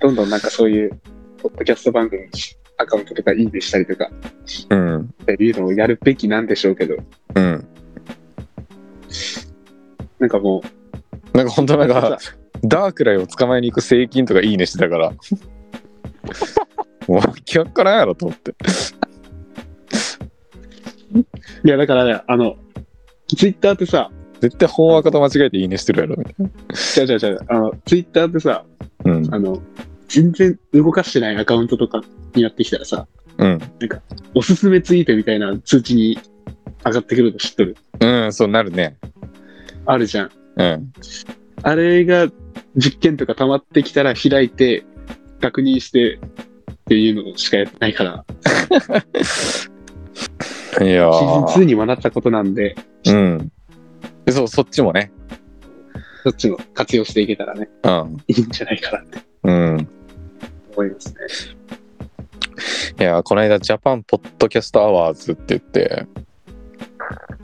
Speaker 2: どんどんなんかそういう、ポッドキャスト番組にアカウントとかいいねしたりとか、
Speaker 1: うん。
Speaker 2: っていうのをやるべきなんでしょうけど、
Speaker 1: うん。
Speaker 2: なんかも
Speaker 1: なんか本当
Speaker 2: う、
Speaker 1: なん
Speaker 2: さ
Speaker 1: か、ダークライを捕まえに行く聖金とかいいねしてた から。もう、気分からんやろと思って。
Speaker 2: いやだからね、あの、ツイッターってさ、
Speaker 1: 絶対本赤と間違えていいねしてるやろ、みたい
Speaker 2: 違う違う違う、あの、ツイッターってさ、
Speaker 1: な。うん。
Speaker 2: あの、全然動かしてないアカウントとかになってきたらさ、
Speaker 1: うん。
Speaker 2: おすすめツイートみたいな通知に上がってくるの知っとる。
Speaker 1: うん、そうなるね。
Speaker 2: あるじゃん。
Speaker 1: うん。
Speaker 2: あれが実験とか溜まってきたら開いて、確認してっていうのしかやってないから、
Speaker 1: いや
Speaker 2: シーズン2
Speaker 1: ー
Speaker 2: にはなったことなんで、
Speaker 1: うん。そう、そっちもね。
Speaker 2: そっちも活用していけたらね、
Speaker 1: うん。
Speaker 2: いいんじゃないかなって
Speaker 1: うん。
Speaker 2: 思いますね。
Speaker 1: いやー、この間、ジャパンポッドキャストアワーズって言って、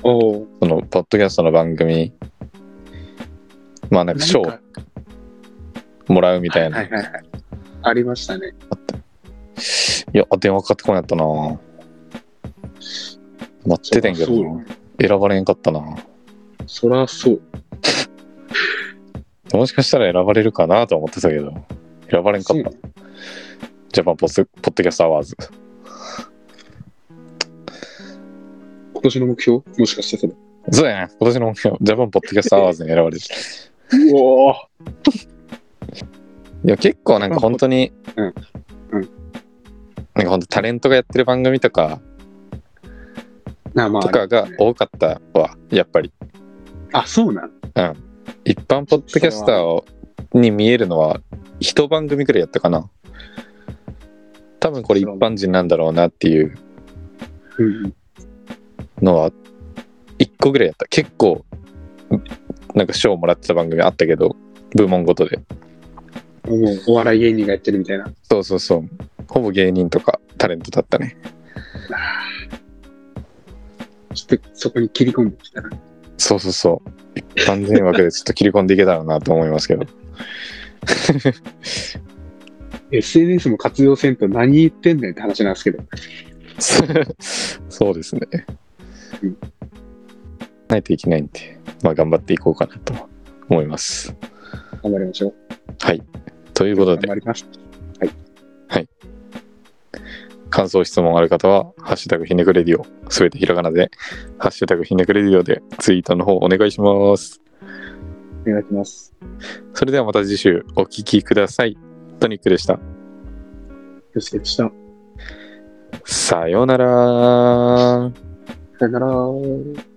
Speaker 2: おお。
Speaker 1: その、ポッドキャストの番組、まあ、なんか賞
Speaker 2: なん
Speaker 1: を
Speaker 2: か
Speaker 1: もらうみたいな。
Speaker 2: はいはいはい。ありましたね。
Speaker 1: いや、電話かかってこなかったな待っててんけ
Speaker 2: そ
Speaker 1: ど
Speaker 2: ら
Speaker 1: な、選ばれんかったな
Speaker 2: そう。そらそう。
Speaker 1: もしかしたら選ばれるかなとは思ってたけど、選ばれんかった。ジャパンポッドポッドキャストアワーズ。
Speaker 2: 今年の目標もしかしてそれ。
Speaker 1: そうやね。今年の目標、ジャパンポッドキャストアワーズに選ばれる。
Speaker 2: うおー
Speaker 1: いや結構なんか本当に、
Speaker 2: うんうん
Speaker 1: なんか本当タレントがやってる番組とか
Speaker 2: なあまあ。
Speaker 1: とかが多かったわやっぱり
Speaker 2: あ、そうなん
Speaker 1: 一般ポッドキャスターをに見えるのは一番組くらいやったかな多分これ一般人なんだろうなっていう
Speaker 2: うん。
Speaker 1: のは一個ぐらいやった結構なんか賞もらってた番組あったけど部門ごとで
Speaker 2: もうお笑い芸人がやってるみたいな。
Speaker 1: そうそうそうほぼ芸人とかタレントだったね
Speaker 2: ちょっとそこに切り込んできたな。
Speaker 1: そうそうそう一般人枠で ちょっと切り込んでいけたらなと思いますけど
Speaker 2: SNS も活用せんと何言ってんねんって話なんですけど。
Speaker 1: そうですね
Speaker 2: うん。
Speaker 1: ないといけないんで、まあ頑張っていこうかなと思います。
Speaker 2: 頑張りましょう。
Speaker 1: はい。ということ
Speaker 2: 頑
Speaker 1: で
Speaker 2: 張、ります。
Speaker 1: 感想、質問ある方は、ハッシュタグひねくレディオ、すべてひらがなで、ハッシュタグひねくレディオでツイートの方お願いします。
Speaker 2: お願いします。
Speaker 1: それではまた次週お聞きください。トニックでした。
Speaker 2: よしでした。
Speaker 1: さようなら。
Speaker 2: さよなら。